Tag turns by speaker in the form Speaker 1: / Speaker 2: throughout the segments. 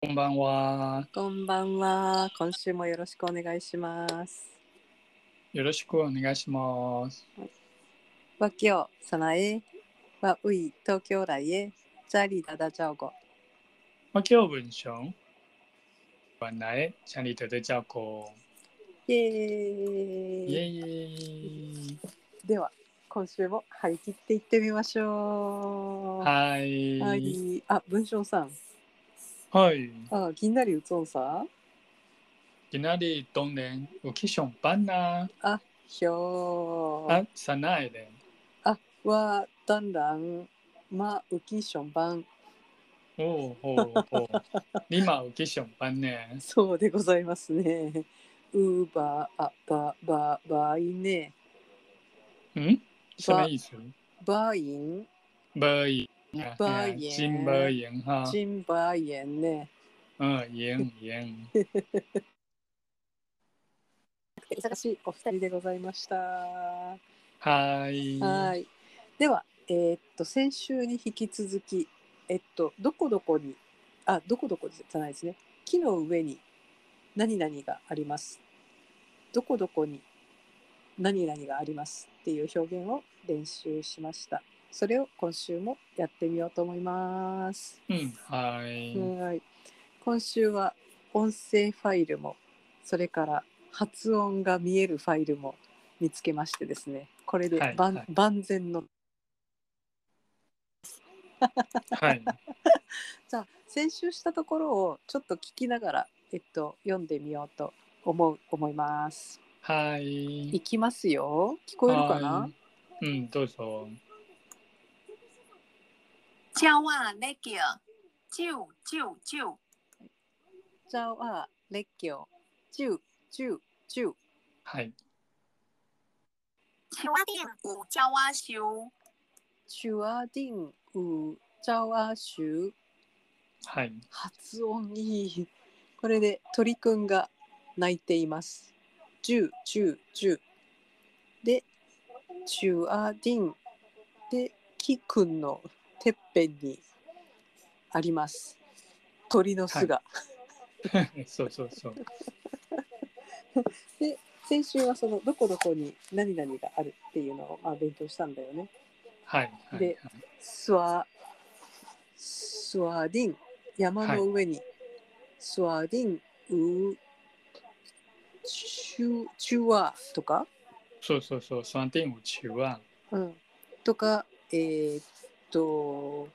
Speaker 1: こんばんは。
Speaker 2: こんばんは。今週もよろしくお願いします。
Speaker 1: よろしくお願いします。
Speaker 2: わきょう、さなえ、わうい、東京来へ、チャリダダジャオゴ。
Speaker 1: まあ、今日文章はない、チャリとでちゃうこ。
Speaker 2: イエ
Speaker 1: イ
Speaker 2: ーイ
Speaker 1: ェイ。
Speaker 2: では、今週も張り切っていってみましょう。
Speaker 1: はい。
Speaker 2: は
Speaker 1: はい。
Speaker 2: い。あ、文章さん。
Speaker 1: はい。
Speaker 2: あ、銀なりうつおんさん。
Speaker 1: きなりどんねん、ウキションバンナー。
Speaker 2: ひょー。
Speaker 1: あ、さないで。
Speaker 2: わ、だんだん。ま、うきしょんばん。
Speaker 1: おうほうほう。今、ウキションバンね。
Speaker 2: そうでございますね。うば、あ、ば、ば、ばいね。
Speaker 1: ん什么意思
Speaker 2: ばいん。
Speaker 1: バイ。
Speaker 2: バイ
Speaker 1: ジンバインは。
Speaker 2: ジンバイエンね。
Speaker 1: うん、インイン。
Speaker 2: 忙しいお二人でございました。は
Speaker 1: はい。
Speaker 2: い。では、えーっと、先週に引き続き、えっと、どこどこに、あ、どこどこじゃないですね。木の上に何々があります。どこどこに何々がありますっていう表現を練習しました。それを今週もやってみようと思います。
Speaker 1: うん、はい。
Speaker 2: はい。今週は音声ファイルも、それから発音が見えるファイルも見つけましてですね、これで
Speaker 1: はい
Speaker 2: 万,、
Speaker 1: はい
Speaker 2: 万全の。
Speaker 1: はい。
Speaker 2: じゃあ、先週したところをちょっと聞きながら、えっと、読んでみようと思う思います。
Speaker 1: はい。
Speaker 2: いきますよ。聞こえるかな
Speaker 1: はいうん、どうぞ。
Speaker 3: 叫啊，那个，就就就，
Speaker 2: じゃあ、レッキョ、ジュ、ジュ、ジュ、
Speaker 1: はい。
Speaker 3: 青蛙店有鸟蛙修，
Speaker 2: チュアディン、ウ、ジャワシュ、
Speaker 1: はい。
Speaker 2: 発音いい。これで鳥くんが鳴いています。ジュジュジュ。で、チュアディン。で、キくんのてっぺんにあります。鳥の巣が。
Speaker 1: そうそうそう。
Speaker 2: 先週はそのどこどこに何々があるっていうのをまあ勉強したんだよね。
Speaker 1: はい。はい
Speaker 2: で、スワ、スワディン。山の上に。スワディン、ウ、チュ、チュワとか。
Speaker 1: そうそうそう。三点五中は。
Speaker 2: うん、とか、えーっと、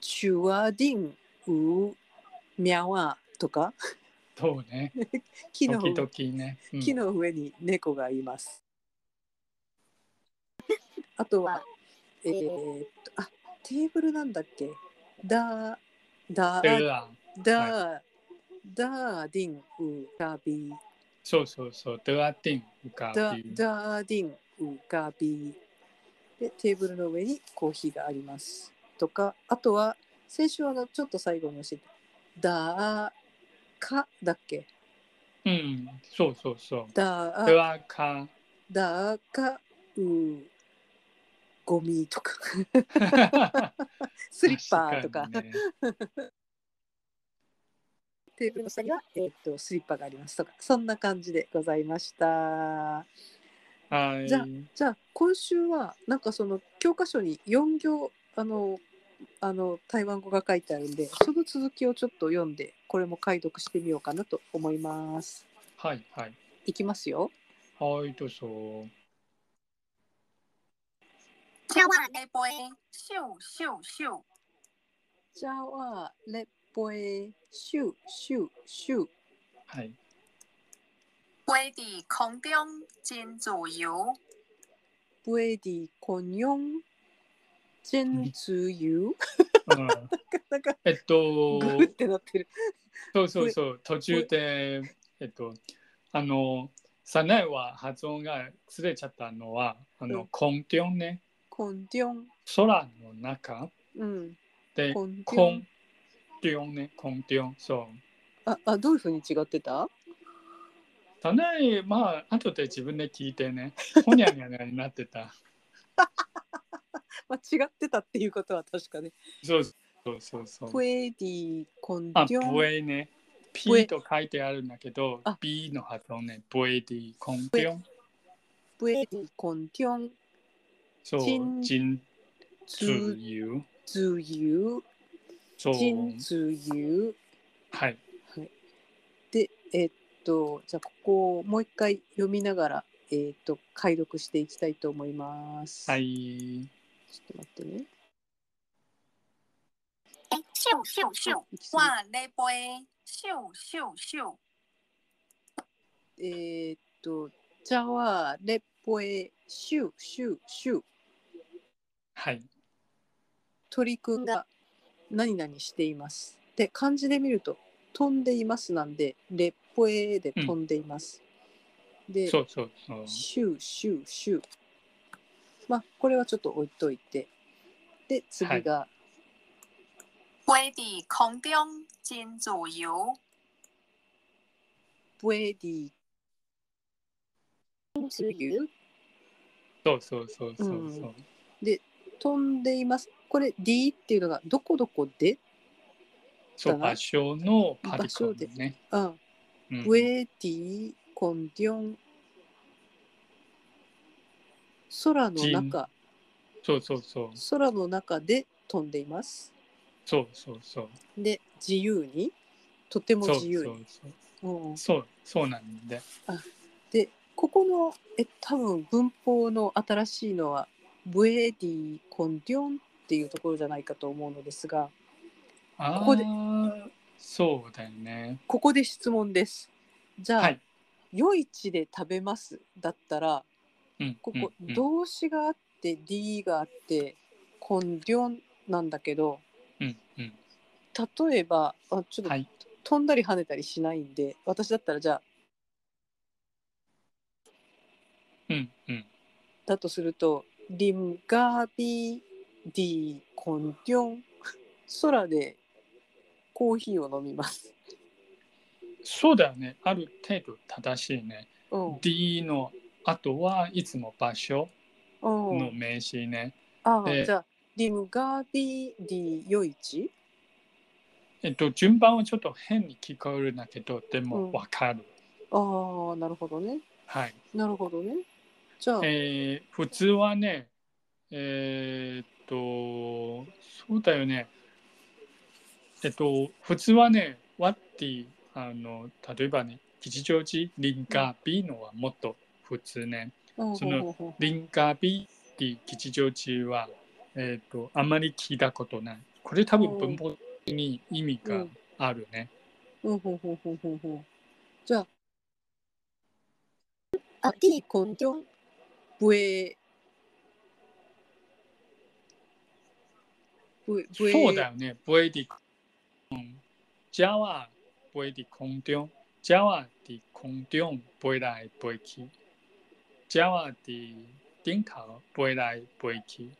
Speaker 2: チュワディンウミャワとか、
Speaker 1: そうね。
Speaker 2: 木の
Speaker 1: 時々ね。うん
Speaker 2: 木の上に猫がいます。 あとは、えーっと、あテーブルなんだっけダー、ダ
Speaker 1: で
Speaker 2: ー、
Speaker 1: は
Speaker 2: ダー、ダーディンウガビ、
Speaker 1: そうそうそう。では点が
Speaker 2: ダ
Speaker 1: っていう
Speaker 2: ダーディンウガビでテーブルの上にコーヒーがありますとかあとは先週はあのちょっと最後に教えてダーカだっけ
Speaker 1: うん。そうそうそう。
Speaker 2: ダ
Speaker 1: で
Speaker 2: ー
Speaker 1: はか。
Speaker 2: ダーカウゴミ とか スリッパーとか
Speaker 1: 確にね
Speaker 2: テーブルの下には、えっとスリッパがありますとかそんな感じでございました
Speaker 1: はい。
Speaker 2: じゃあじゃあ今週はなんかその教科書に4行あのあの台湾語が書いてあるんでその続きをちょっと読んでこれも解読してみようかなと思います。
Speaker 1: はいはい。
Speaker 2: いきますよ。
Speaker 1: はい、どうぞ。
Speaker 3: 鸟蛙那杯，咻咻咻，
Speaker 2: じゃあレポエシュシュシュ
Speaker 1: はい。
Speaker 3: 飞在空中真自由，
Speaker 2: ブエディコニョンジェンツユ
Speaker 1: うん
Speaker 2: なんか
Speaker 1: えっ
Speaker 2: グ
Speaker 1: と。
Speaker 2: ーってなってる。
Speaker 1: そうそうそう、途中で、えっと、あの、サナイは発音がずれちゃったのは、あ
Speaker 2: う
Speaker 1: の
Speaker 2: ん、
Speaker 1: コンティオンね、
Speaker 2: コンディョン
Speaker 1: 空の中
Speaker 2: うん
Speaker 1: で、
Speaker 2: コンディ
Speaker 1: コ
Speaker 2: ョ
Speaker 1: ン
Speaker 2: ン
Speaker 1: ティオンね、コンティオン、そう。
Speaker 2: ああどういうふうに違ってた？
Speaker 1: サナイ、まあ、後で自分で聞いてね、ほにゃにゃにゃに なってた。
Speaker 2: まあ、違ってたっていうことは確かね。
Speaker 1: そう、そうそうそう。
Speaker 2: プエディコンデ
Speaker 1: あ、
Speaker 2: ィオ
Speaker 1: ボ
Speaker 2: ン。
Speaker 1: エね。
Speaker 2: ボエ
Speaker 1: P と書いてあるんだけど
Speaker 2: あ、
Speaker 1: B の発音ね、ボエディ、コンピョン、
Speaker 2: プエディコンディオン。
Speaker 1: そう、
Speaker 2: ジン
Speaker 1: ジン、ツー
Speaker 2: ズ
Speaker 1: ユー、
Speaker 2: ズユ
Speaker 1: そ
Speaker 2: ー。ジン
Speaker 1: う、
Speaker 2: ズユ
Speaker 1: はい、
Speaker 2: ー。で、えっと、じゃあここをもう一回読みながら、えっと、解読していきたいと思います。
Speaker 1: は。い、
Speaker 2: ちょっと待ってね。
Speaker 3: 哎，咻咻咻，
Speaker 2: いきそう
Speaker 3: 哇嘞杯，咻咻咻，
Speaker 2: えーっと、じゃはレポエシュシュシュ
Speaker 1: はい、
Speaker 2: 鳥くんが何々しています。で、漢字で見ると飛んでいますなんで、レポエで飛んでいます。で、
Speaker 1: そうそうそう、
Speaker 2: シュシュシュ。まあ、これはちょっと置いといて。で、次が、
Speaker 3: 飞伫空中真自由，
Speaker 2: ブエディ。自由
Speaker 1: そうそうそうそううんそう、
Speaker 2: 飛んでいます。これ D っていうのがどこどこで、
Speaker 1: そう、
Speaker 2: だな
Speaker 1: 場所のパリコンね。
Speaker 2: うん、
Speaker 1: うん
Speaker 2: ウェディコンディオン空の中
Speaker 1: そうそうそう、
Speaker 2: 空の中で飛んでいます
Speaker 1: そうそうそう、
Speaker 2: で自由にとても
Speaker 1: そう
Speaker 2: 自
Speaker 1: そう
Speaker 2: 由
Speaker 1: そ
Speaker 2: に
Speaker 1: う、
Speaker 2: うん
Speaker 1: そう、そうなんで、
Speaker 2: でここのえ多分文法の新しいのはブエディコンディオンっていうところじゃないかと思うのですが
Speaker 1: あ
Speaker 2: ここで
Speaker 1: あ、そうだよね。
Speaker 2: ここで質問ですじゃあ、
Speaker 1: はい、
Speaker 2: 夜市で食べますだったら
Speaker 1: うん、
Speaker 2: こ
Speaker 1: うん
Speaker 2: こ
Speaker 1: うん
Speaker 2: 動詞があって D があってコンディオンなんだけど
Speaker 1: うんうん、
Speaker 2: 例えばあちょっ
Speaker 1: は
Speaker 2: と
Speaker 1: い、
Speaker 2: 飛んだり跳ねたりしないんで、私だったらじゃあ
Speaker 1: うんうん、
Speaker 2: だとすると「リムガービー D コンディオン」空でコーヒーを飲みます。
Speaker 1: そうだよね。ある程度正しいね。
Speaker 2: うん、
Speaker 1: D の後はいつも場所
Speaker 2: う
Speaker 1: の
Speaker 2: ん、
Speaker 1: 名詞ね。
Speaker 2: ああ
Speaker 1: で
Speaker 2: じゃあ「リムガービー D 夜市
Speaker 1: えっと、順番はちょっと変に聞こえるんだけど、で
Speaker 2: う
Speaker 1: も
Speaker 2: ん
Speaker 1: わかる。」
Speaker 2: ああなるほどね
Speaker 1: はい。
Speaker 2: なるほどね。じゃあ、
Speaker 1: えー普通はね、えーっと、そうだよね。えっと、普通はね、わってい、あの、例えばね、吉祥寺、リンガービーのはもっと普通ね。
Speaker 2: うん
Speaker 1: その
Speaker 2: ほうほうほ
Speaker 1: リンガービーティ吉祥寺は、えー、とあまり聞いたことない。これ多分文法的に意味があるね。
Speaker 2: ううんほうほうほうほうほうじゃあ
Speaker 3: 啊
Speaker 2: 地根中ブエブエブエ
Speaker 1: そうだよね。ブエディ、ジャワ、ブエディコンデョン、ジャワディコンデョン、ブエライ、ブエキ。ジャワディ、ディンカー、ブエライ、ブエキ。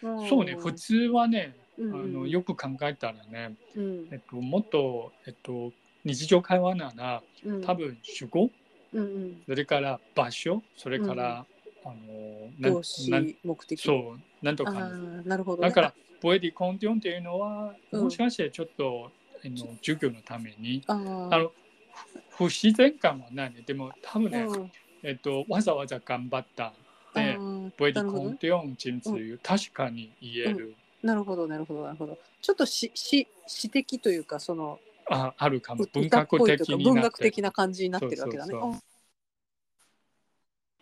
Speaker 1: そうね、普通はね、あのよく考えたらね、
Speaker 2: うん
Speaker 1: えっと、もっと、えっと、日常会話なら、
Speaker 2: うん
Speaker 1: 多分主語、
Speaker 2: うんうん
Speaker 1: それから場所、それから、あのなん
Speaker 2: 動詞
Speaker 1: なん
Speaker 2: 目的
Speaker 1: そう、なんとか
Speaker 2: あ
Speaker 1: ね。
Speaker 2: ーなるほどね
Speaker 1: だから、ポエディコンティオンっていうのは、
Speaker 2: うん
Speaker 1: もしかしてちょっと、あの授業のために、
Speaker 2: あ
Speaker 1: あ
Speaker 2: ー
Speaker 1: のふ不自然感はないね。でも、多分ね、
Speaker 2: うん
Speaker 1: えっと、わざわざ頑張った。
Speaker 2: あ
Speaker 1: で、
Speaker 2: ー
Speaker 1: ポエデ
Speaker 2: な
Speaker 1: ィ
Speaker 2: るほ
Speaker 1: コ
Speaker 2: ど
Speaker 1: ン
Speaker 2: ね
Speaker 1: ティオン人通いう、確かに言える、
Speaker 2: なるほどなるほどなるほどちょっとしし詩的というかその
Speaker 1: あ、あるかも。文
Speaker 2: 歌っぽ
Speaker 1: 学
Speaker 2: い
Speaker 1: 的
Speaker 2: というか
Speaker 1: に
Speaker 2: 文
Speaker 1: なっ
Speaker 2: 学
Speaker 1: てる
Speaker 2: 的な感じになってるわけだね。
Speaker 1: そうそう
Speaker 2: うん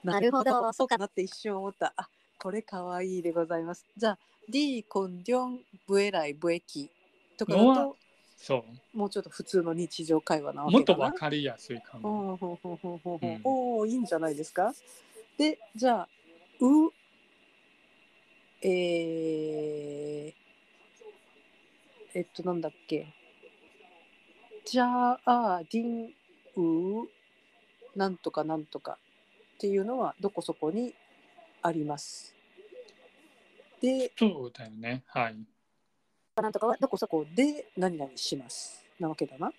Speaker 2: なるほど、そうかなって一瞬思った。あ、これ可愛いでございます。じゃあ、D コンディオンブエライブエキとかだ
Speaker 1: のは
Speaker 2: と
Speaker 1: そ
Speaker 2: もうちょっと普通の日常会話な
Speaker 1: う。
Speaker 2: わ
Speaker 1: もっ
Speaker 2: け
Speaker 1: と
Speaker 2: だ
Speaker 1: わ
Speaker 2: な。
Speaker 1: かりやすいかも。
Speaker 2: おほうほうほうほうほう
Speaker 1: うん
Speaker 2: おーいいんじゃないですか。で、じゃあ、う、えー、えっと、なんだっけ。じゃあ、りん、う、なんとかなんとかっていうのは、どこそこにあります。で、
Speaker 1: そうだよね。はい。
Speaker 2: なんとかはどこそこで何々します。なわけだな。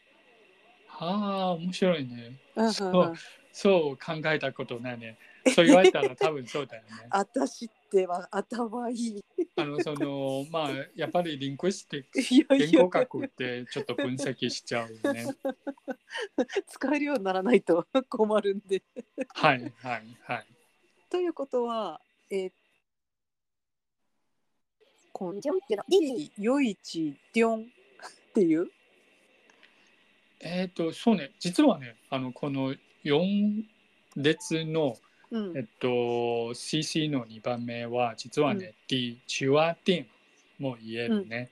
Speaker 1: はあ、面白いね。
Speaker 2: うんうんうん
Speaker 1: そうそう考えたことないね。そう言われたら多分そうだよね。
Speaker 2: 私っては頭いい。
Speaker 1: あのそのまあやっぱりリンクスティックス
Speaker 2: いやい
Speaker 1: 言
Speaker 2: や
Speaker 1: 語、学ってちょっと分析しちゃうよ ね。
Speaker 2: 使えるようにならないと 困るんで。
Speaker 1: はいはいはい。
Speaker 2: ということは、えー、こん
Speaker 4: じゃんけど
Speaker 2: によいちりょんっていう。
Speaker 1: えっ、とそうね実はねあのこの4列の
Speaker 2: う
Speaker 1: えっ
Speaker 2: ん。
Speaker 1: と CC の2番目は実はね、D チュアティンも言えるね。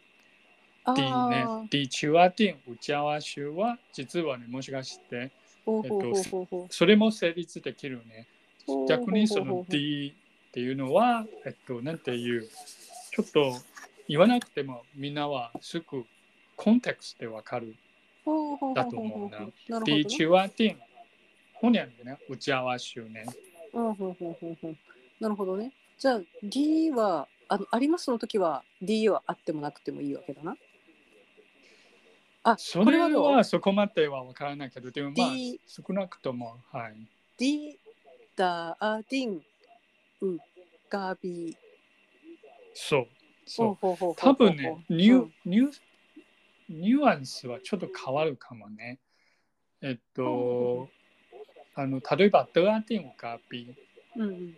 Speaker 2: あ
Speaker 1: D ね
Speaker 2: ー
Speaker 1: D チュアティン打ち合わせは実はねもしかして
Speaker 2: ほうほうほうほうほう。
Speaker 1: それも成立できるね。
Speaker 2: ほう
Speaker 1: 逆にそ
Speaker 2: ほうほう
Speaker 1: の
Speaker 2: ほう
Speaker 1: D っていうのは、えっと、なんていう、ちょっと言わなくてもみんなはすぐコンテクストでわかる。
Speaker 2: ほうほうほうほう
Speaker 1: だと思うな
Speaker 2: なるほど
Speaker 1: D
Speaker 2: ね。
Speaker 1: 中は D、ほにゃんでね、打ち合わせね。
Speaker 2: うんほうほうほうほうなるほどね。じゃあ D はあのありますの時は D はあってもなくてもいいわけだな。あ
Speaker 1: そ
Speaker 2: こ
Speaker 1: れ
Speaker 2: れはどう
Speaker 1: はそこまではわからないけど、でもまあ
Speaker 2: D、
Speaker 1: 少なくとも、はい。
Speaker 2: ?D だあディンうがび。
Speaker 1: そう。
Speaker 2: ほ
Speaker 1: そう
Speaker 2: うほうほうほうほう
Speaker 1: 多分ね、ニュ
Speaker 2: う
Speaker 1: ー
Speaker 2: ん
Speaker 1: ニューニュアンスはちょっと変わるかもね。えっと、あの例えば、ドアティン浮かび、
Speaker 2: うんうん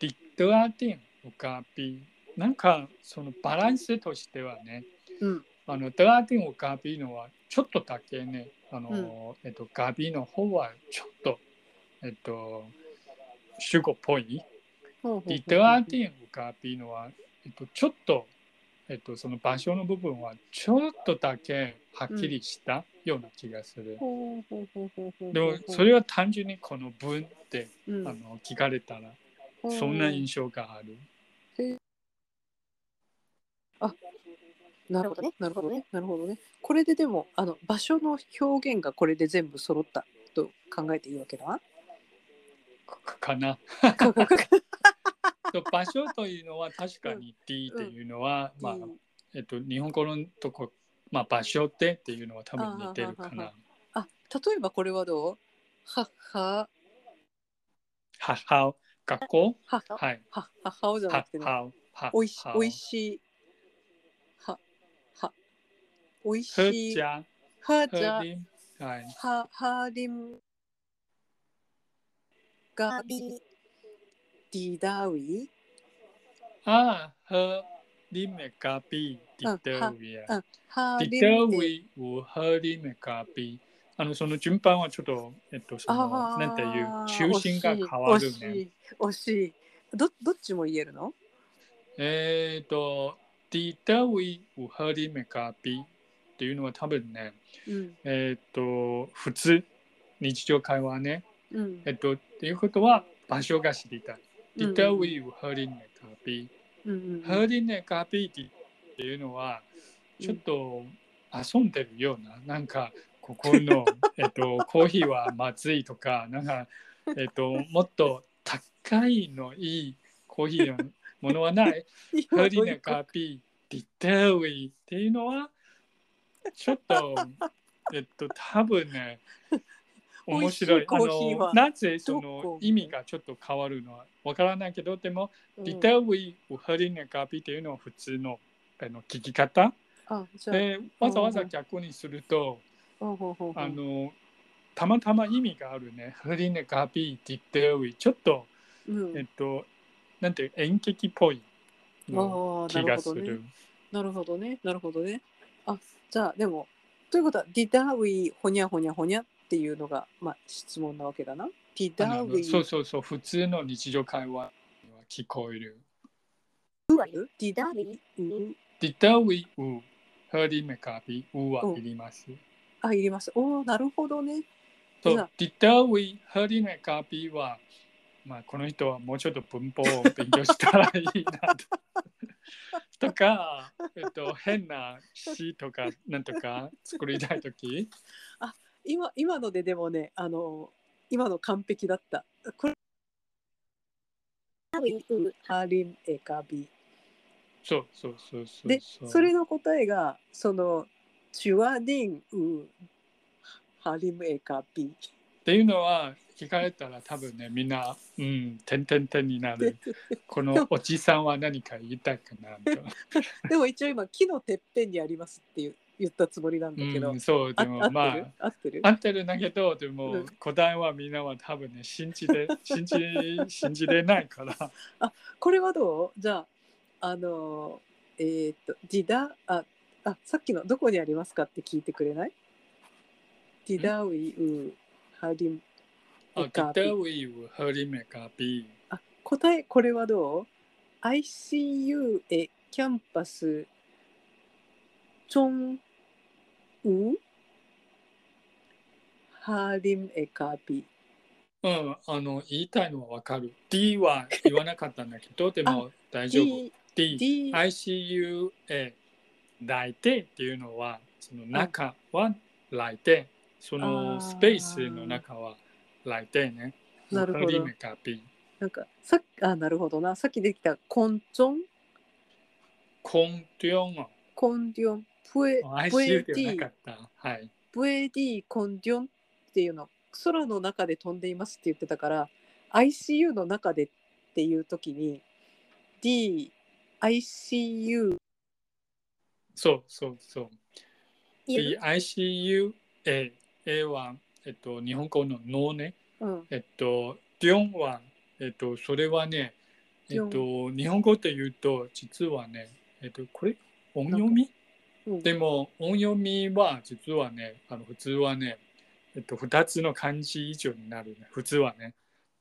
Speaker 1: ディドアティン浮かび、なんかそのバランスとしてはね、
Speaker 2: うん
Speaker 1: あのドアティン浮かびのはちょっとだけね、あの、えっと、ガビの方はちょっと、えっと、主語っぽい。
Speaker 2: ほうほうほうほう。
Speaker 1: リトアティンがっていうのは、えっと、ちょっと、えっと、その場所の部分はちょっとだけはっきりしたような気がする。
Speaker 2: ほうほうほうほうほうほう。
Speaker 1: でもそれは単純にこの文って
Speaker 2: う
Speaker 1: あ
Speaker 2: ん、
Speaker 1: の聞かれたらそんな印象がある。
Speaker 2: なるほどね。なるほどね。なるほどね。これででも、あの場所の表現がこれで全部揃ったと考えていいわけだな。
Speaker 1: かな。と場所というのは確かに D っていうのは、まあ
Speaker 2: うん
Speaker 1: えっと、日本語のとこ、まあ、場所でっていうのは多分似てるかな。
Speaker 2: あ、例えばこれはどうはは、
Speaker 1: 母を学校
Speaker 2: は、
Speaker 1: はい。
Speaker 2: は、母をじゃなくてね、
Speaker 1: 母を母
Speaker 2: おいし
Speaker 1: 母を
Speaker 2: おいしい、は、は、おい
Speaker 1: ふ
Speaker 2: しい
Speaker 1: じ、ゃ
Speaker 2: は
Speaker 1: ふ
Speaker 2: じゃ、
Speaker 1: りはい。
Speaker 2: は、はりん、が、
Speaker 4: び
Speaker 2: りだうい、
Speaker 1: あ和你们咖啡伫倒位
Speaker 2: う
Speaker 1: 啊？
Speaker 2: ん、は
Speaker 1: 伫
Speaker 2: りん
Speaker 1: 倒
Speaker 2: で
Speaker 1: 位有和你们咖啡。あのその順番はちょっと、えっと、その、なんていう、中心が変わるね。
Speaker 2: ね。惜しい。惜しい。ど、どっちも言えるの。
Speaker 1: えっと、伫倒位有和你们咖啡っていうのは多分ね、
Speaker 2: うん。
Speaker 1: えっと、普通、日常会話ね。
Speaker 2: うん
Speaker 1: え。っと、っていうことは場所が知りたい。
Speaker 2: うん
Speaker 1: 伫倒位有和你们咖啡。
Speaker 2: うんうん
Speaker 1: ハーリネカビーティっていうのはちょっと遊んでるような、なんかここ の、えっと、コーヒーはまずいとかなんか、えっと、もっと高いのいいコーヒーのものは ないハーリネカビーディテーウィっていうのはちょっとえっと多分ね面白い
Speaker 2: 美味しいコーヒーは
Speaker 1: あのなぜそ
Speaker 2: ど
Speaker 1: の
Speaker 2: こ
Speaker 1: 意味がちょっと変わるのはわからないけどでもリタウイウハリネガビっていうのは普通のあの聞き方
Speaker 2: あ、じゃあ。
Speaker 1: でわざわざ逆にすると
Speaker 2: ほうほうほうほう
Speaker 1: あのたまたま意味があるねハリネガビディテウイちょっと
Speaker 2: う
Speaker 1: えっ
Speaker 2: ん。
Speaker 1: となんていう演劇っぽいの
Speaker 2: ああ、
Speaker 1: 気
Speaker 2: なる
Speaker 1: が
Speaker 2: ほ
Speaker 1: す
Speaker 2: どね
Speaker 1: る。。
Speaker 2: なるほどね。なるほどね。あ、じゃあ、でも。ということは、ディダーウィー、ほにゃほにゃほにゃっていうのが、まあ、質問なわけだな。ディ
Speaker 1: あ
Speaker 2: ダーウ
Speaker 1: のそう
Speaker 2: ィ
Speaker 1: そうそう普通の日常会話には聞こえる。
Speaker 2: ー。ディダーウィー。
Speaker 1: ディタウイウハリネガビウはいります。
Speaker 2: あ、いります。おお、なるほどね。
Speaker 1: そ
Speaker 2: じゃ
Speaker 1: う
Speaker 2: あ、
Speaker 1: ディターウィ・ハリネ・カービーは、まあ、この人はもうちょっと文法を勉強したらいいなと。と か、えっと、変な詩とか、なんとか作りたいとき、
Speaker 2: 今今のででもねあの今の完璧だったこれ
Speaker 4: たびう
Speaker 2: ハリンエカビ
Speaker 1: そうそうそうそう。
Speaker 2: でそれの答えがそのチュワディンウハリムエカビ
Speaker 1: っていうのは聞かれたら多分ねみんな「うん点点点」に なるこのおじさんは何か言いたいかなと、
Speaker 2: でも一応今木のてっぺんにありますっていう言ったつもりなんだけど、
Speaker 1: うん、そう
Speaker 2: あ
Speaker 1: でもま
Speaker 2: 合ってる
Speaker 1: あ合
Speaker 2: 合ってる
Speaker 1: ってるんだけどでも、
Speaker 2: うん
Speaker 1: 答えはみんなは多分ね信じて信じ信じれないから
Speaker 2: これはどうじゃああのえーっとジダああさっきのどこにありますかって聞いてくれないジダウイウハリム
Speaker 1: 「あ
Speaker 2: メカ
Speaker 1: ガ
Speaker 2: ー
Speaker 1: タ
Speaker 2: ピ
Speaker 1: ウイウハリメカビ
Speaker 2: あ答えこれはどう ?ICU へキャンパスチョンウハリムエカピ」
Speaker 1: うんあの言いたいのはわかる「D」は言わなかったんだけどでも大丈夫
Speaker 2: D
Speaker 1: 「D」
Speaker 2: D
Speaker 1: ICU へ来てっていうのはその中は来て、その
Speaker 2: あー
Speaker 1: スペースの中は来てね。
Speaker 2: なるほど
Speaker 1: リメカピ
Speaker 2: なんかさっきあなるほどなさっきできたコンチョン
Speaker 1: コンティオン
Speaker 2: コンディオンプエプエ
Speaker 1: ICU
Speaker 2: デ
Speaker 1: では
Speaker 2: ィ
Speaker 1: なかった。はい。
Speaker 2: ブエディコンディオンっていうの空の中で飛んでいますって言ってたから ICU の中でっていう時に DICU
Speaker 1: そうそうそう。
Speaker 4: いる
Speaker 1: D ICU A A はえっと日本語の脳ね。
Speaker 2: うん
Speaker 1: えっとディオンはえっとそれはねえっと日本語で言うと実はねえっとこれ音読み
Speaker 2: うん
Speaker 1: でも音読みは実はねあの普通はね、えっと、2つの漢字以上になるね普通はね。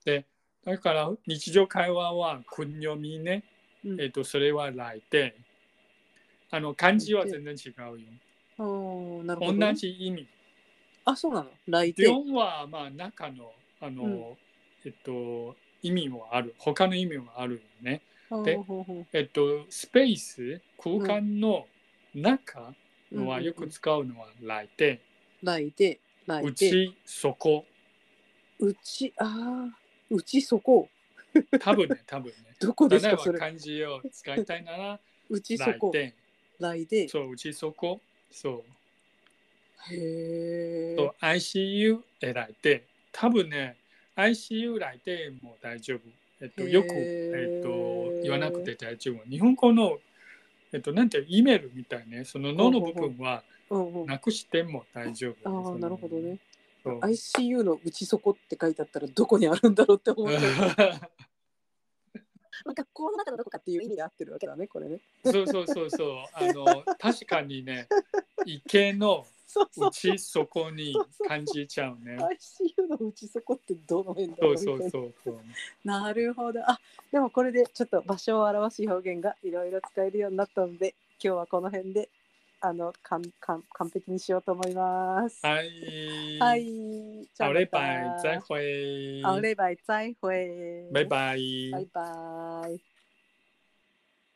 Speaker 1: でだから日常会話は訓読みね、
Speaker 2: うん
Speaker 1: えっと、それは来てあの漢字は全然違うよ。
Speaker 2: あーなるほどね、
Speaker 1: 同じ意味。
Speaker 2: あそうなの来
Speaker 1: デ
Speaker 2: 店
Speaker 1: オンはまあ中のあの、
Speaker 2: うん
Speaker 1: えっと意味もある他の意味もあるよね。
Speaker 2: あー
Speaker 1: で
Speaker 2: ほうほう
Speaker 1: えっとスペース空間の中
Speaker 2: うん
Speaker 1: はよ
Speaker 2: うん
Speaker 1: く
Speaker 2: うん
Speaker 1: 使うのは来て。
Speaker 2: 来店来
Speaker 1: う
Speaker 2: 店
Speaker 1: ち、そこ。
Speaker 2: うちあーうちそこ
Speaker 1: 多分 ね、多分ね。
Speaker 2: どこです
Speaker 1: 例え
Speaker 2: か
Speaker 1: ば
Speaker 2: それ
Speaker 1: 漢字を使いたいなら、
Speaker 2: うちそ
Speaker 1: 来
Speaker 2: こ
Speaker 1: 店。
Speaker 2: 来で
Speaker 1: そう、うちそこ。そ
Speaker 2: へ
Speaker 1: う。
Speaker 2: ー
Speaker 1: そう ICU へ来店。多分ね、ICU 来店も大丈夫。えっと、
Speaker 2: へー
Speaker 1: よく、えっと、言わなくて大丈夫。日本語の、えっと、なんていう、E メールみたいね。その脳の部分は
Speaker 2: うんうんあ
Speaker 1: なくしても大丈夫。
Speaker 2: あなるほどね
Speaker 1: そう
Speaker 2: ICU のうちそこって書いてあったらどこにあるんだろうって思 っちゃう
Speaker 4: まあ、学校の中のどこか
Speaker 2: っていう意味で合ってるわけだねこれね。
Speaker 1: そうそうそうそう。あの、確かにね、池の、
Speaker 2: そうそう
Speaker 1: うちそこに感じちゃう ね。
Speaker 2: ICU のうちそこってどの辺だ
Speaker 1: そ
Speaker 2: ろ
Speaker 1: う
Speaker 2: うみた
Speaker 1: そ
Speaker 2: いうな
Speaker 1: そうそう。
Speaker 2: なるほどあでもこれでちょっと場所を表す表現がいろいろ使えるようになったので今日はこの辺であのかんかん完璧にしようと思います。
Speaker 1: はい。
Speaker 2: はい。じゃ
Speaker 1: 好
Speaker 2: あ
Speaker 1: 嘞，拜，
Speaker 2: また
Speaker 1: 再会。
Speaker 2: あお礼拜再会。
Speaker 1: 拜拜。
Speaker 2: バイバイ。